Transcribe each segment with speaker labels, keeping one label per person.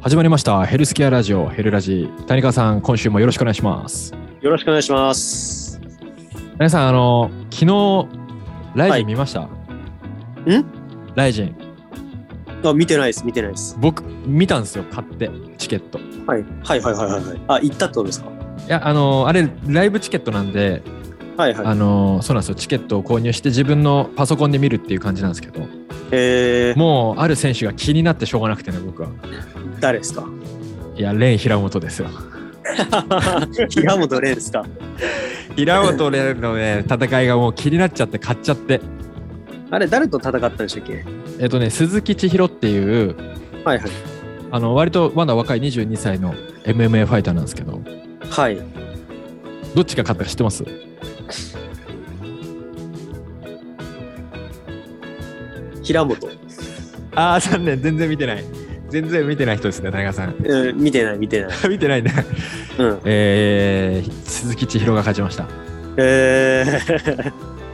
Speaker 1: 始まりました。ヘルスケアラジオ、ヘルラジ。谷川さん、今週もよろしくお願いします。
Speaker 2: よろしくお願いします。
Speaker 1: 谷川さん、あの、昨日、ライジン見ました、んライジン。
Speaker 2: あ、見てないです、見てないです。
Speaker 1: 僕、見たんですよ、買って、チケット。い
Speaker 2: はい、はい、はい、はい、はい。あ、行ったってことですか。
Speaker 1: や、あの、あれ、ライブチケットなんで、
Speaker 2: はい、は
Speaker 1: あ
Speaker 2: い。
Speaker 1: の、そうなんですよ、チケットを購入して、自分のパソコンで見るっていう感じなんですけど、
Speaker 2: えー、
Speaker 1: もう、ある選手が気になってしょうがなくてね、僕は。
Speaker 2: 誰ですか。
Speaker 1: いや、レン・平本ですよ。
Speaker 2: 平本レイですか。
Speaker 1: 平本レンのね、戦いがもう気になっちゃって、買っちゃって。
Speaker 2: あれ、誰と戦ったんでしたっけ。
Speaker 1: えっとね、鈴木千尋っていう、
Speaker 2: はい、はい。
Speaker 1: あの割とまだ若い22歳の MMA ファイターなんですけど
Speaker 2: はい。
Speaker 1: どっちが勝ったか知ってます
Speaker 2: 平本。
Speaker 1: ああ残念全然見てない全然見てない人ですね田中さん
Speaker 2: うん、見てない、見てない。
Speaker 1: 見てないね
Speaker 2: うん。
Speaker 1: えー、鈴木千尋が勝ちました
Speaker 2: え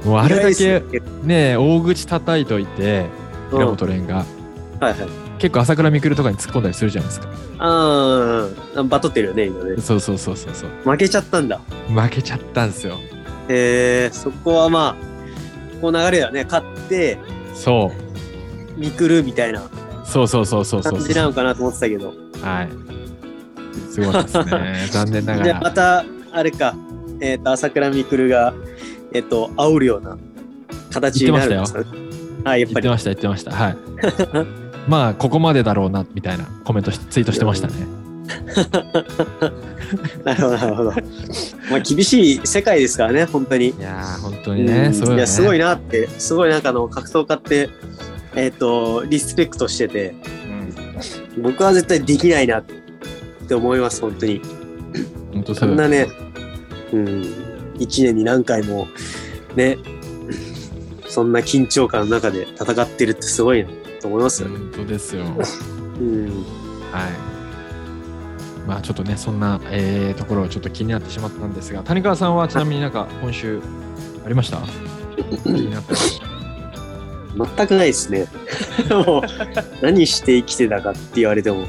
Speaker 2: ー。
Speaker 1: もうあれだけ
Speaker 2: 意外っすね
Speaker 1: ね大口叩いといて
Speaker 2: うん
Speaker 1: 平本蓮が
Speaker 2: はい、はい。
Speaker 1: 結構朝倉未来とかに突っ込んだりするじゃないですか
Speaker 2: あーバトってるよね、今ね。
Speaker 1: そうそうそうそうそう
Speaker 2: 負けちゃったんだ。
Speaker 1: 負けちゃったんですよ
Speaker 2: えー、そこはまあ。こう流れだよね、勝って、
Speaker 1: そう
Speaker 2: みくるみたいな
Speaker 1: そうそうそうそうそ
Speaker 2: 感
Speaker 1: う
Speaker 2: じなのかなと思ってたけど。
Speaker 1: はいすごかったです ね残念なが
Speaker 2: じゃあ
Speaker 1: ら
Speaker 2: またあれか、えっと朝倉未来が、えっと煽るような形になるんですかねはいや
Speaker 1: 言
Speaker 2: っぱ
Speaker 1: って
Speaker 2: り
Speaker 1: ました言ってましたはい まあここまでだろうなみたいなコメントしツイートしてましたね
Speaker 2: なるほどなるほどまあ厳しい世界ですからね本当に、
Speaker 1: いやー本当
Speaker 2: う
Speaker 1: にね
Speaker 2: ん
Speaker 1: すごいよ
Speaker 2: い
Speaker 1: ね
Speaker 2: やすごいなってすごいなんかあの格闘家ってえっ、とリスペクトしてて
Speaker 1: うん
Speaker 2: 僕は絶対できないなって思います本当に
Speaker 1: 本当そ
Speaker 2: そ
Speaker 1: うんだ
Speaker 2: な
Speaker 1: よ
Speaker 2: ねうん1年に何回もねそんな緊張感の中で戦ってるってすごいなと思いますよね
Speaker 1: 本当ですよは
Speaker 2: うん
Speaker 1: いまあちょっとねそんな、えーところをちょっと気になってしまったんですが谷川さんはちなみになんか今週ありました気になったこと
Speaker 2: 全くないですね。 もう何して生きてたかって言われても、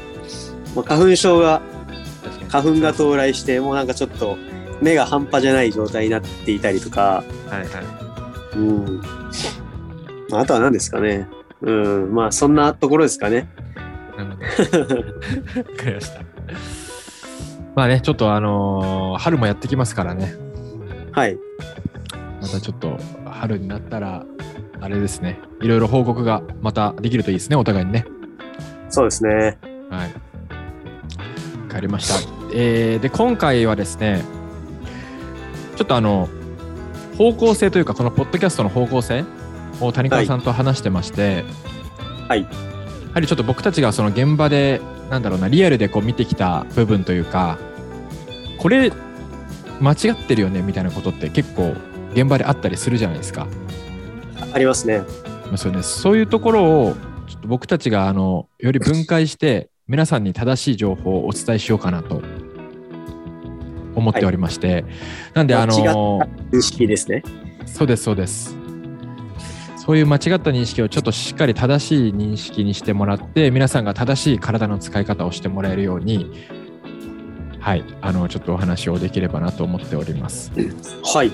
Speaker 2: まあ、花粉症が
Speaker 1: 確かに
Speaker 2: 花粉が到来してもうなんかちょっと目が半端じゃない状態になっていたりとか、
Speaker 1: はいは
Speaker 2: うん、まああとは何ですかね、うん、まあそんなところですかね。
Speaker 1: いなのでわかりましたまあねちょっとあのー春もやってきますからね
Speaker 2: はい、
Speaker 1: またちょっと春になったらあれですねいろいろ報告がまたできるといいですねお互いにね
Speaker 2: そうですね。
Speaker 1: はいわかりました、えーで今回はですねちょっとあの方向性というかこのポッドキャストの方向性を谷川さんと話してまして
Speaker 2: はい
Speaker 1: やはりちょっと僕たちがその現場でなんだろうなリアルでこう見てきた部分というかこれ間違ってるよねみたいなことって結構現場であったりするじゃないですか。
Speaker 2: ありますね。
Speaker 1: ますよね。そういうところをちょっと僕たちがあのより分解して皆さんに正しい情報をお伝えしようかなと思っておりまして、なんであの
Speaker 2: 間認識ですね。
Speaker 1: そうですそうですそういう間違った認識をちょっとしっかり正しい認識にしてもらって皆さんが正しい体の使い方をしてもらえるようにはいあのちょっとお話をできればなと思っております。
Speaker 2: はい。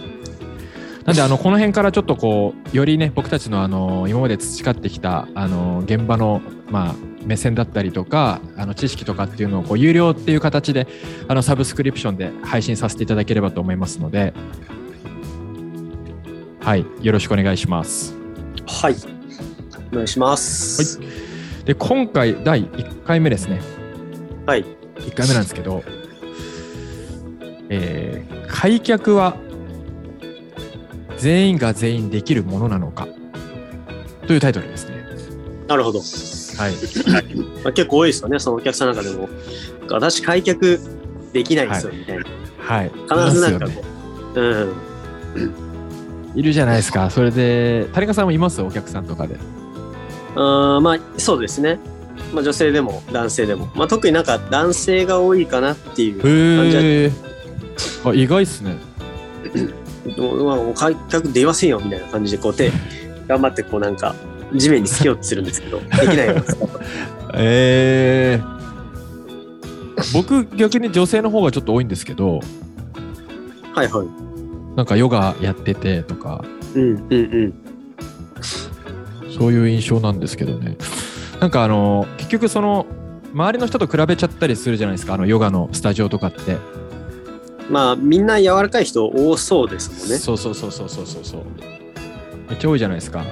Speaker 1: なんであのこの辺からちょっとこうよりね僕たちのあの今まで培ってきたあの現場のまあ目線だったりとかあの知識とかっていうのをこう有料っていう形であのサブスクリプションで配信させていただければと思いますのではいよろしくお願いします
Speaker 2: はい。お願いします。
Speaker 1: で今回第1回目ですね
Speaker 2: はい
Speaker 1: 1回目なんですけどえー開脚は全員が全員できるものなのかというタイトルですね
Speaker 2: なるほど。
Speaker 1: はい、
Speaker 2: まあ、結構多いですよね、そのお客さんの中でも。私、開脚できないんですよ、みたいな。
Speaker 1: はい、
Speaker 2: 必ずなんか
Speaker 1: います
Speaker 2: こ
Speaker 1: よね
Speaker 2: う、うん。
Speaker 1: いるじゃないですかそれで谷川さんもいますお客さんとかで
Speaker 2: あーまあそうですね、まあ、女性でも男性でも、まあ、特になんか男性が多いかなっていう、
Speaker 1: へえあ意外っすね
Speaker 2: もうまあ、もう開脚出ませんよみたいな感じでこう手頑張ってこうなんか 地面につけようとするんですけどできないよ
Speaker 1: ええ僕逆に女性の方がちょっと多いんですけど
Speaker 2: はいはい。
Speaker 1: なんかヨガやっててとか
Speaker 2: うんうんうん。
Speaker 1: そういう印象なんですけどねなんかあの結局その周りの人と比べちゃったりするじゃないですかあのヨガのスタジオとかって
Speaker 2: まあみんな柔らかい人多そうですもんね。
Speaker 1: そうそうそうそうそうそうそうめっちゃ多いじゃないですか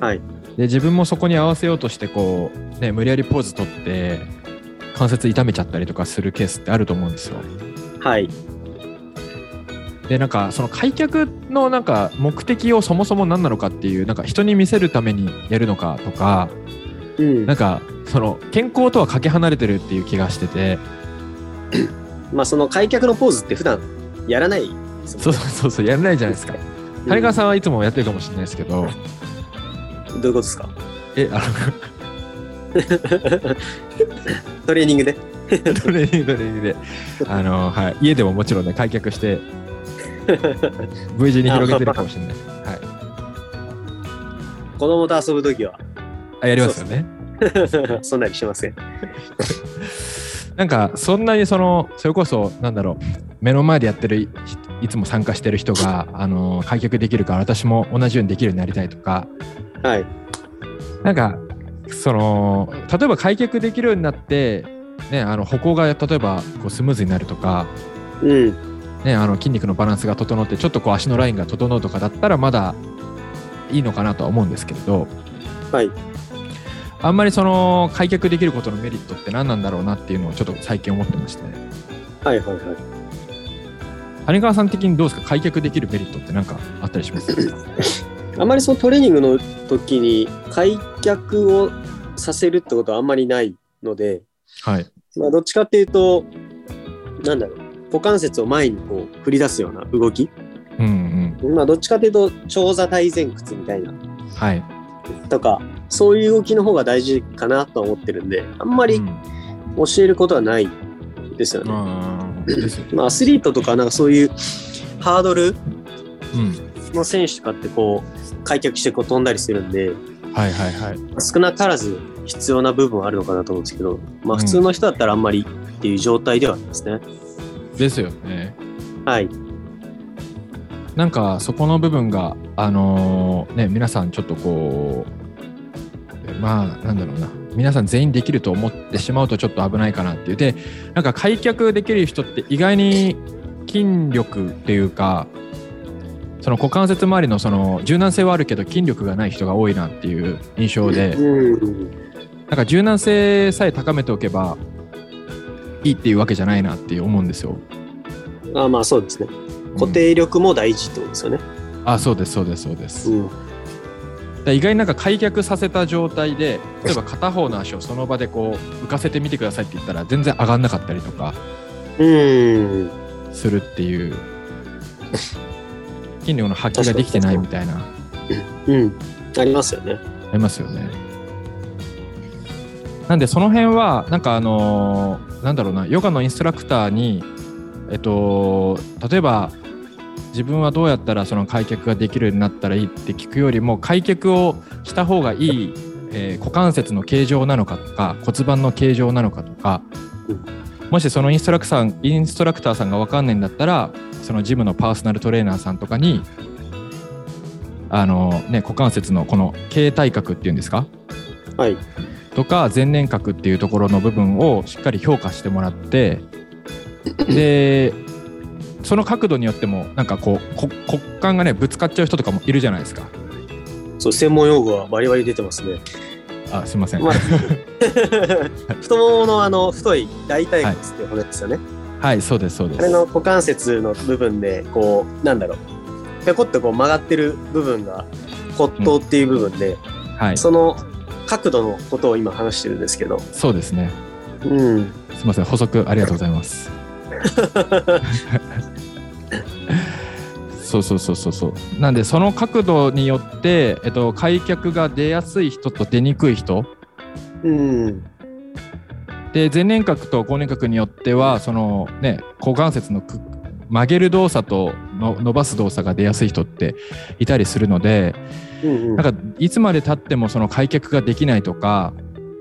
Speaker 2: はい
Speaker 1: で自分もそこに合わせようとしてこうね無理やりポーズ取って関節痛めちゃったりとかするケースってあると思うんですよ
Speaker 2: はい。
Speaker 1: でなんかその開脚のなんか目的をそもそも何なのかっていうなんか人に見せるためにやるのかとか
Speaker 2: うん
Speaker 1: なん。かその健康とはかけ離れてるっていう気がしてて
Speaker 2: まあその開脚のポーズって普段やらないですもんね
Speaker 1: そうそうそうそうやらないじゃないですか
Speaker 2: うん
Speaker 1: 谷川さんはいつもやってるかもしれないですけど
Speaker 2: どういうことですか
Speaker 1: えあの
Speaker 2: トレーニングで。
Speaker 1: トレーニングトレーニングであの、はい、家でももちろんね開脚して V 字に広げてるかもしれない、はい、
Speaker 2: 子供と遊ぶとき は
Speaker 1: あやりますよね
Speaker 2: そんなにしません。
Speaker 1: なんかそんなにそのそれこそなんだろう目の前でやってるいいつも参加してる人があの開脚できるから私も同じようにできるようになりたいとか
Speaker 2: はい。
Speaker 1: なんかその例えば開脚できるようになって、ね、あの歩行が例えばこうスムーズになるとか、
Speaker 2: うん。
Speaker 1: ね、あの筋肉のバランスが整ってちょっとこう足のラインが整うとかだったらまだいいのかなとは思うんですけれど
Speaker 2: はい。
Speaker 1: あんまりその開脚できることのメリットって何なんだろうなっていうのをちょっと最近思ってまして
Speaker 2: はいはいはい。
Speaker 1: 谷川さん的にどうですか開脚できるメリットって何かあったりします
Speaker 2: あまりそのトレーニングの時に開脚をさせるってことはあんまりないので、
Speaker 1: はい
Speaker 2: まあ、どっちかっていうと、なんだろう、股関節を前にこう振り出すような動き、
Speaker 1: うん
Speaker 2: まあ、どっちかっていうと、長座体前屈みたいな
Speaker 1: うんはい
Speaker 2: とか、そういう動きの方が大事かなとは思ってるんで、あんま
Speaker 1: う
Speaker 2: り
Speaker 1: ん
Speaker 2: 教えることはないですよね。
Speaker 1: あーですよ
Speaker 2: まあ、アスリートとか、なんかそういうハードル
Speaker 1: うん
Speaker 2: の選手とかってこう、開脚してこう飛んだりするんで、
Speaker 1: はいはいはい
Speaker 2: 少なからず必要な部分はあるのかなと思うんですけど、まあ、普通の人だったらあんまりっていう状態ではありますね。
Speaker 1: ですよね
Speaker 2: はい。
Speaker 1: なんかそこの部分があのーね皆さんちょっとこうまあなんだろうな皆さん全員できると思ってしまうとちょっと危ないかなっていうでなんか開脚できる人って意外に筋力っていうかその股関節周りのその柔軟性はあるけど筋力がない人が多いなっていう印象で
Speaker 2: うん。
Speaker 1: なんか柔軟性さえ高めておけばいいっていうわけじゃないなっていう思うんですよ。
Speaker 2: あまあそうですね。
Speaker 1: うん
Speaker 2: 固定力も大事ってことですよね。
Speaker 1: あそうですそうですそうです。
Speaker 2: うん。
Speaker 1: だから意外になんか開脚させた状態で例えば片方の足をその場でこう浮かせてみてくださいって言ったら全然上がんなかったりとか
Speaker 2: うん。
Speaker 1: するっていう筋力の発揮ができてないみたいな
Speaker 2: うん。ありますよね。
Speaker 1: ありますよね。なんでその辺はなんかあのーなんだろうなヨガのインストラクターにえっと例えば自分はどうやったらその開脚ができるようになったらいいって聞くよりも開脚をした方がいい、えー股関節の形状なのかとか骨盤の形状なのかとか
Speaker 2: うん
Speaker 1: もしそのインストラクターさんインストラクターさんが分かんないんだったらそのジムのパーソナルトレーナーさんとかにあのね、股関節のこの形態角っていうんですか
Speaker 2: はい。
Speaker 1: とか前年角っていうところの部分をしっかり評価してもら ってでその角度によってもなんかこうこ骨幹がねぶつかっちゃう人とかもいるじゃないですか
Speaker 2: そう、専門用語はバリバリ出てますね。
Speaker 1: あすいません、
Speaker 2: まあ、太もものあの太い大腿骨っていう骨ですよね。
Speaker 1: はいそうですそうで
Speaker 2: あれ
Speaker 1: す
Speaker 2: の股関節の部分で、こう、なんだろう。ペコッとこう曲がってる部分が骨頭っていう部分で、
Speaker 1: はい
Speaker 2: その角度のことを今話してるんですけど、
Speaker 1: そうですね
Speaker 2: うん、
Speaker 1: すいません補足ありがとうございますそうそうそうそうそうなんでその角度によって、えっと、開脚が出やすい人と出にくい人
Speaker 2: うん、
Speaker 1: で前年角と後年角によってはそのね股関節のく曲げる動作との伸ばす動作が出やすい人っていたりするので
Speaker 2: うん、
Speaker 1: なんかいつまでたってもその開脚ができないとか、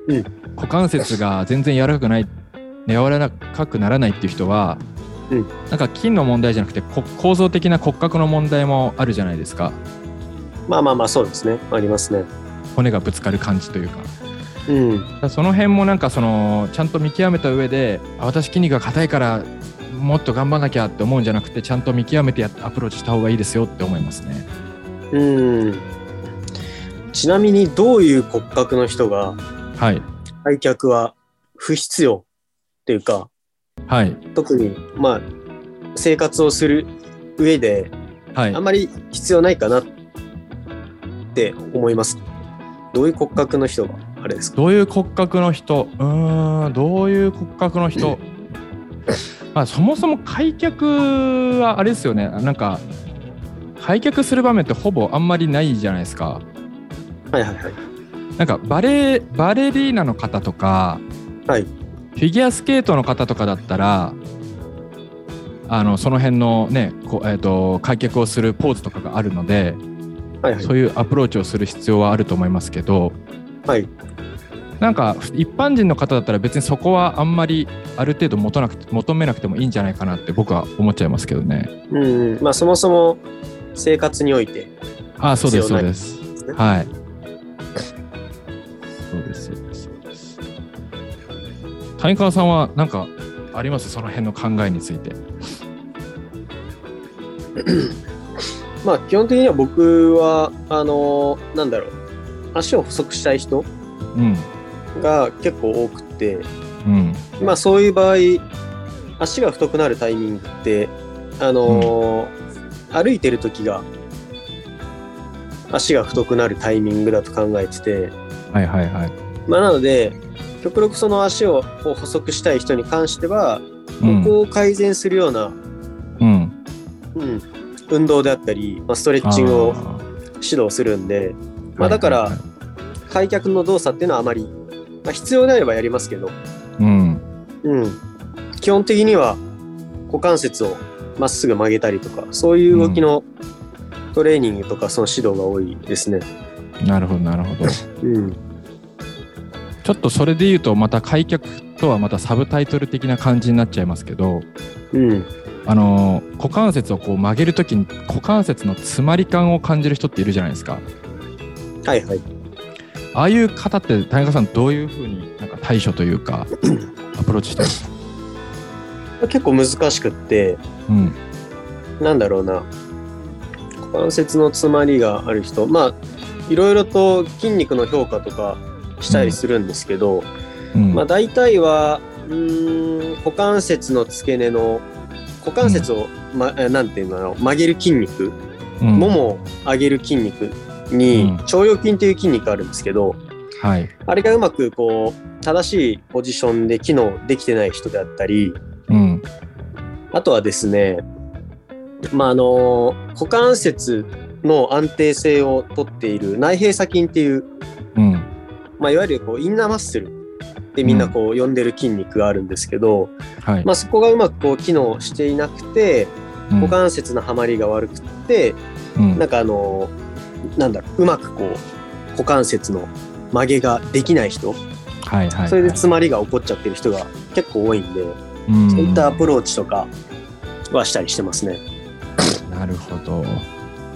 Speaker 2: うん
Speaker 1: 股関節が全然柔らかくないね柔らかくならないっていう人は、
Speaker 2: うん
Speaker 1: なんか菌の問題じゃなくてこ構造的な骨格の問題もあるじゃないですか
Speaker 2: まあまあまあ、そうですね。ありますね。
Speaker 1: 骨がぶつかる感じというか
Speaker 2: うん。
Speaker 1: だからその辺もなんかそのちゃんと見極めた上であ私筋肉が硬いからもっと頑張んなきゃって思うんじゃなくてちゃんと見極めてやアプローチした方がいいですよって思いますね。
Speaker 2: うん。ちなみに、どういう骨格の人が、
Speaker 1: はい、
Speaker 2: 開脚は不必要っていうか、
Speaker 1: はい、
Speaker 2: 特に、まあ、生活をする上で、
Speaker 1: はい
Speaker 2: あんまり必要ないかなって思います。どういう骨格の人があれですか
Speaker 1: どういう骨格の人うーんどういう骨格の人まあそもそも開脚はあれですよねなんか開脚する場面ってほぼあんまりないじゃないですか
Speaker 2: はいはいはい。
Speaker 1: なんかバレーバレリーナの方とか、
Speaker 2: はい
Speaker 1: フィギュアスケートの方とかだったらあのその辺のねこう、えー、と開脚をするポーズとかがあるので
Speaker 2: はいはい。
Speaker 1: そういうアプローチをする必要はあると思いますけど、
Speaker 2: はい
Speaker 1: なんか一般人の方だったら別にそこはあんまりある程度求なくて求めなくてもいいんじゃないかなって僕は思っちゃいますけどね。
Speaker 2: うんうん。まあ、そもそも生活において
Speaker 1: あそうです
Speaker 2: 必
Speaker 1: そ
Speaker 2: 要
Speaker 1: う
Speaker 2: ない
Speaker 1: です。
Speaker 2: ですね。
Speaker 1: はい。そうですそうですそうです。谷川さんは何かありますその辺の考えについて。
Speaker 2: まあ、基本的には僕は、あのーなんだろう。足を細くしたい人
Speaker 1: うん
Speaker 2: が結構多くて、
Speaker 1: うん
Speaker 2: まあそういう場合、足が太くなるタイミングって、あのー歩いてる時が、足が太くなるタイミングだと考えてて、
Speaker 1: はいはいはい。
Speaker 2: まあなので、極力その足をこう細くしたい人に関しては、
Speaker 1: う
Speaker 2: ここ
Speaker 1: ん
Speaker 2: を改善するような、
Speaker 1: うん。
Speaker 2: うん、運動であったり、まあ、ストレッチングを指導するんで、まあだから
Speaker 1: はいはいは
Speaker 2: 開脚の動作っていうのはあまり、まあ、必要であればやりますけど、
Speaker 1: いうん
Speaker 2: うん、基本的には股関節をまっすぐ曲げたりとかそういう動きのトレーニングとかその指導が多いですね。
Speaker 1: なるほどなるほ ど。
Speaker 2: うん、
Speaker 1: ちょっとそれで言うとまた開脚とはまたサブタイトル的な感じになっちゃいますけど、
Speaker 2: うん、
Speaker 1: あのー股関節をこう曲げるときに股関節の詰まり感を感じる人っているじゃないですか。
Speaker 2: はいはい。
Speaker 1: ああいう方って谷川さんどういうふうになんか対処という かアプローチしてます。
Speaker 2: 結構難しくって
Speaker 1: うん
Speaker 2: なんだろうな股関節の詰まりがある人まあいろいろと筋肉の評価とかしたりするんですけど、
Speaker 1: うん
Speaker 2: まあ大体はうーん股関節の付け根の股関節を、ま、えなんていうのかな曲げる筋肉
Speaker 1: うん
Speaker 2: ももを上げる筋肉
Speaker 1: うん
Speaker 2: に腸腰筋という筋肉があるんですけど、
Speaker 1: はい、
Speaker 2: あれがうまくこう正しいポジションで機能できてない人であったり
Speaker 1: うん
Speaker 2: あとはですねまああの股関節の安定性をとっている内閉鎖筋っていう、
Speaker 1: うん
Speaker 2: まあ、いわゆるこうインナーマッスルってみんなこう呼んでる筋肉があるんですけど、
Speaker 1: はい、
Speaker 2: まあ、そこがうまくこう機能していなくて
Speaker 1: うん
Speaker 2: 股関節のはまりが悪くって
Speaker 1: うん
Speaker 2: なんかあのなんだろううまくこう股関節の曲げができない人、
Speaker 1: はいはい、
Speaker 2: それで詰まりが起こっちゃってる人が結構多いんで、
Speaker 1: うん
Speaker 2: そういったアプローチとかはしたりしてますね。
Speaker 1: なるほど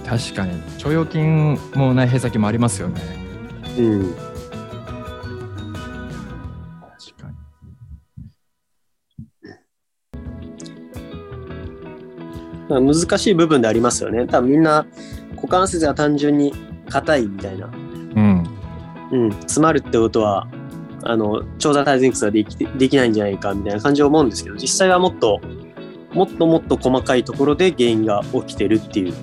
Speaker 1: 確かに腸腰筋も内閉先もありますよね
Speaker 2: うん、
Speaker 1: 確か
Speaker 2: 難しい部分でありますよね。多分みんな股関節が単純に硬いみたいな、
Speaker 1: にうん
Speaker 2: うん、詰まるってことはあの長座体前屈ができてできないんじゃないかみたいな感じを思うんですけど実際はもっともっともっと細かいところで原因が起きてるっていう、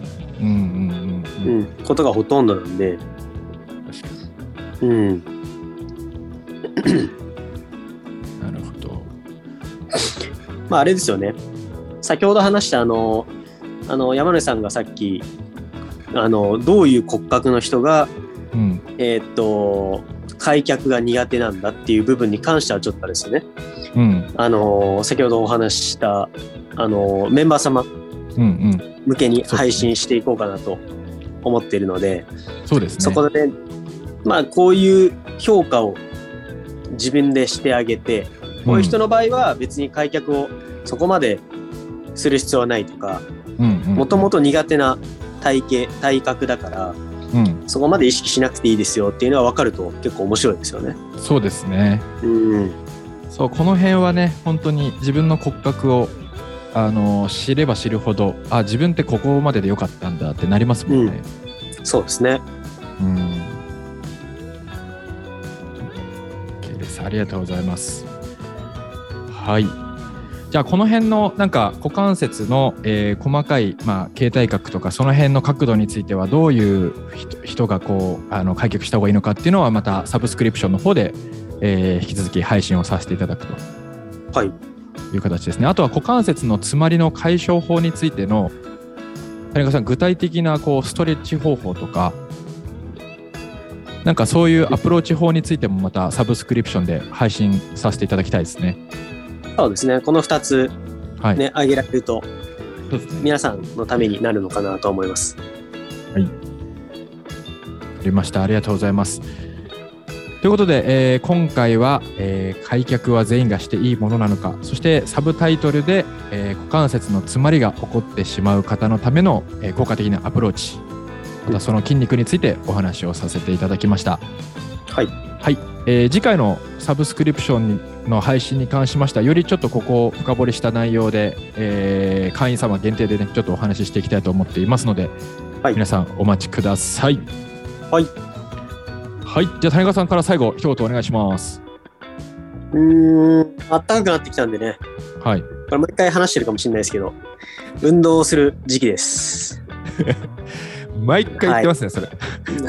Speaker 1: うんうんうん
Speaker 2: う
Speaker 1: うん
Speaker 2: ん、ことがほとんどなんで。
Speaker 1: 確か
Speaker 2: うん
Speaker 1: になるほど
Speaker 2: まああれですよね。先ほど話したあの、あの山根さんがさっき、あの、どういう骨格の人が、
Speaker 1: うん
Speaker 2: えーっと、開脚が苦手なんだっていう部分に関してはちょっとあれですよね。
Speaker 1: うん
Speaker 2: あの、先ほどお話しした、あの、メンバー様
Speaker 1: うんうん
Speaker 2: 向けに
Speaker 1: そうですね
Speaker 2: 配信していこうかなと思っているので、
Speaker 1: そうですね
Speaker 2: そこで、まあこういう評価を自分でしてあげて、こういう人の場合は別に開脚をそこまでする必要はないとかもとも
Speaker 1: と、
Speaker 2: と苦手な体型体格だから
Speaker 1: うん、
Speaker 2: そこまで意識しなくていいですよっていうのは分かると結構面白いですよね。
Speaker 1: そうですね
Speaker 2: うん
Speaker 1: そうこの辺はね本当に自分の骨格をあの知れば知るほどあ自分ってここまででよかったんだってなりますもんね。
Speaker 2: そうですね。
Speaker 1: うん、OK ですありがとうございます。はいじゃあこの辺のなんか股関節の、えー細かい、まあ、形態角とかその辺の角度についてはどういう人人がこうあの開脚した方がいいのかっていうのはまたサブスクリプションの方で、えー引き続き配信をさせていただくと
Speaker 2: はい。
Speaker 1: いう形ですね。あとは股関節の詰まりの解消法についての谷川さん具体的なこうストレッチ方法とかなんかそういうアプローチ法についてもまたサブスクリプションで配信させていただきたいですね。
Speaker 2: そうですね。この2つ
Speaker 1: はい、
Speaker 2: ね、挙げられると
Speaker 1: そうですね。
Speaker 2: 皆さんのためになるのかなと思います。
Speaker 1: わかりました。ありがとうございます。ということで、えー今回は、えー開脚は全員がしていいものなのか、そしてサブタイトルで、えー股関節の詰まりが起こってしまう方のための、えー効果的なアプローチ、またその筋肉についてお話をさせていただきました。
Speaker 2: はい。
Speaker 1: はい、えー次回のサブスクリプションにの配信に関しましてはよりちょっとここを深掘りした内容で、えー会員様限定でねちょっとお話ししていきたいと思っていますので、
Speaker 2: はい
Speaker 1: 皆さんお待ちください
Speaker 2: はい
Speaker 1: はいじゃあ谷川さんから最後一言お願いします
Speaker 2: うーん、暖かくなってきたんでね、
Speaker 1: はい
Speaker 2: これ毎回話してるかもしれないですけど、運動をする時期です。
Speaker 1: 毎回言ってますね、それ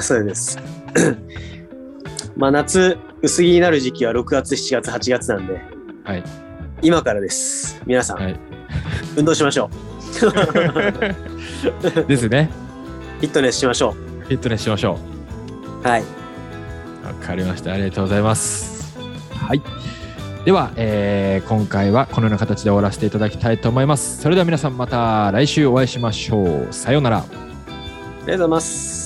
Speaker 2: そうです。 まあ夏、薄着になる時期は6月、7月、8月なんで、
Speaker 1: はい
Speaker 2: 今からです。皆さん、
Speaker 1: はい
Speaker 2: 運動しましょ う。
Speaker 1: ですね
Speaker 2: フィットネスしましょ
Speaker 1: フィットネスしましょう
Speaker 2: う。はい。
Speaker 1: わかりました。ありがとうございます。はい。では、えー今回はこのような形で終わらせていただきたいと思います。それでは皆さんまた来週お会いしましょう。さようなら。
Speaker 2: ありがとうございます。